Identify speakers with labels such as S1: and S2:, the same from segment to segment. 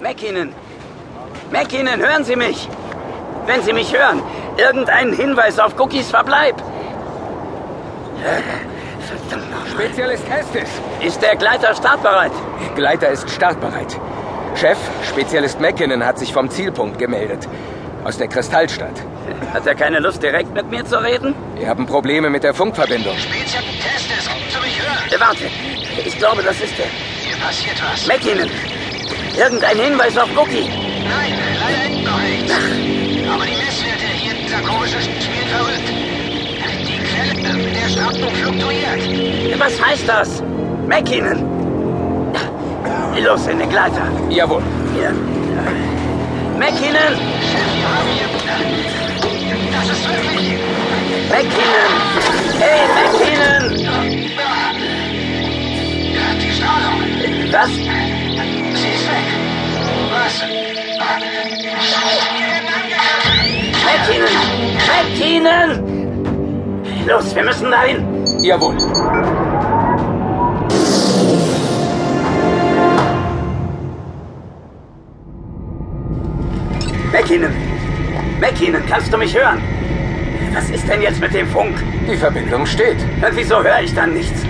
S1: Mäckinen! Mäckinen, hören Sie mich! Wenn Sie mich hören, irgendeinen Hinweis auf Cookies Verbleib! Verdammt nochmal.
S2: Spezialist Estes.
S1: Ist der Gleiter startbereit?
S2: Gleiter ist startbereit. Chef, Spezialist Mackinnon hat sich vom Zielpunkt gemeldet. Aus der Kristallstadt.
S1: Hat er keine Lust, direkt mit mir zu reden?
S2: Wir haben Probleme mit der Funkverbindung.
S3: Spezialist Estes, können Sie um mich hören?
S1: Äh, Warte, ich glaube, das ist er.
S3: Hier passiert was.
S1: Mäckinen! Irgendein Hinweis auf Cookie!
S3: Nein, leider hängt noch nichts. Aber die Messwerte hier, dieser komische Spiel verrückt. Äh, Die Quelle mit der Startung fluktuiert.
S1: Was heißt das? Mäckinen! Los in den Gleiter!
S2: Jawohl.
S1: Hier. Mäckinen!
S3: Wir haben hier... Das ist wirklich...
S1: Mäckinen! Hey, Mäckinen!
S3: Ja, Die Strahlung.
S1: Das,
S3: Sie ist weg. Was? Wir werden angegriffen.
S1: Mäckinen! Mäckinen! Los, wir müssen dahin!
S2: Jawohl.
S1: Mäckinen! Mäckinen, kannst du mich hören? Was ist denn jetzt mit dem Funk?
S2: Die Verbindung steht.
S1: Wieso höre ich dann nichts?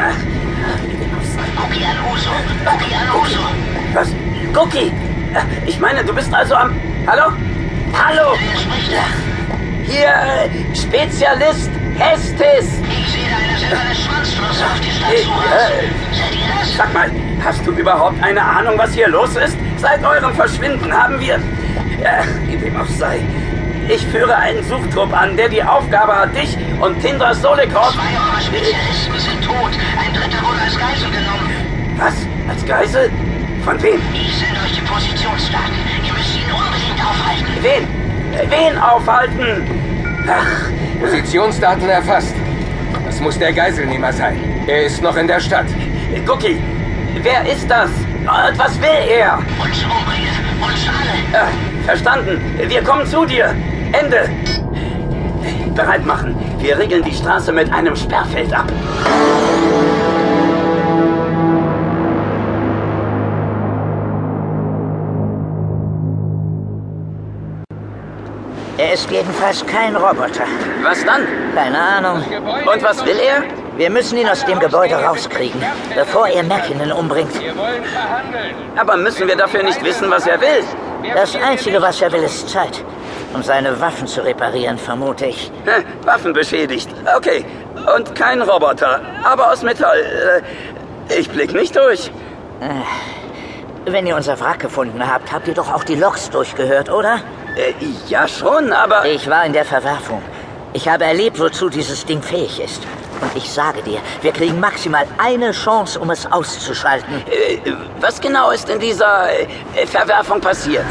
S1: Ach,
S3: Cookie Alonso. Cookie Alonso.
S1: was? Cookie! Ich meine, du bist also am... Hallo? Hallo!
S3: Wer spricht da?
S1: Hier, äh, Spezialist Hestis!
S3: Ich sehe da eine silberne Schwanzflosse auf die Stadt zu
S1: Äh,
S3: Seht ihr das?
S1: Sag mal, hast du überhaupt eine Ahnung, was hier los ist? Seit eurem Verschwinden haben wir... Ja, gib ihm auf sei. Ich führe einen Suchtrupp an, der die Aufgabe hat, dich und Tindra Solikov...
S3: Zwei eurer Spezialisten sind tot. Ein dritter wurde als Geisel genommen.
S1: Was? Als Geisel? Von wem?
S3: Ich sende euch die Positionsdaten. Ihr müsst ihn unbedingt aufhalten.
S1: Wen? Äh, Wen aufhalten? Ach,
S2: Positionsdaten erfasst. Das muss der Geiselnehmer sein. Er ist noch in der Stadt.
S1: Cookie, wer ist das? Und was will er?
S3: Uns umbringen. Uns alle.
S1: Äh, verstanden. Wir kommen zu dir. Ende. Bereit machen. Wir regeln die Straße mit einem Sperrfeld ab.
S4: Er ist jedenfalls kein Roboter.
S1: Was dann?
S4: Keine Ahnung.
S1: Und was will er?
S4: Wir müssen ihn aus dem Gebäude rauskriegen, bevor er Mackinnon umbringt.
S1: Aber müssen wir dafür nicht wissen, was er will?
S4: Das Einzige, was er will, ist Zeit. Um seine Waffen zu reparieren, vermute ich.
S1: Hä, Waffen beschädigt. Okay. Und kein Roboter, aber aus Metall. Äh, Ich blick nicht durch.
S4: Wenn ihr unser Wrack gefunden habt, habt ihr doch auch die Loks durchgehört, oder?
S1: Äh, Ja, schon, aber.
S4: Ich war in der Verwerfung. Ich habe erlebt, wozu dieses Ding fähig ist. Und ich sage dir, wir kriegen maximal eine Chance, um es auszuschalten.
S1: Äh, Was genau ist in dieser äh, Verwerfung passiert?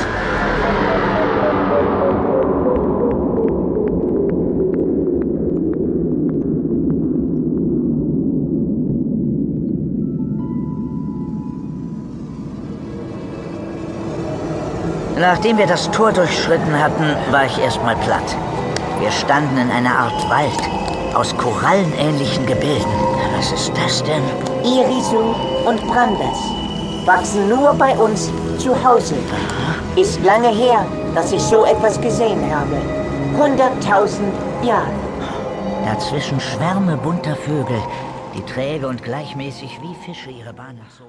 S4: Nachdem wir das Tor durchschritten hatten, war ich erstmal platt. Wir standen in einer Art Wald aus korallenähnlichen Gebilden. Was ist das denn?
S5: Irisu und Brandes wachsen nur bei uns zu Hause. Ist lange her, dass ich so etwas gesehen habe. 100.000 Jahre.
S4: Dazwischen Schwärme bunter Vögel, die träge und gleichmäßig wie Fische ihre Bahn nach so.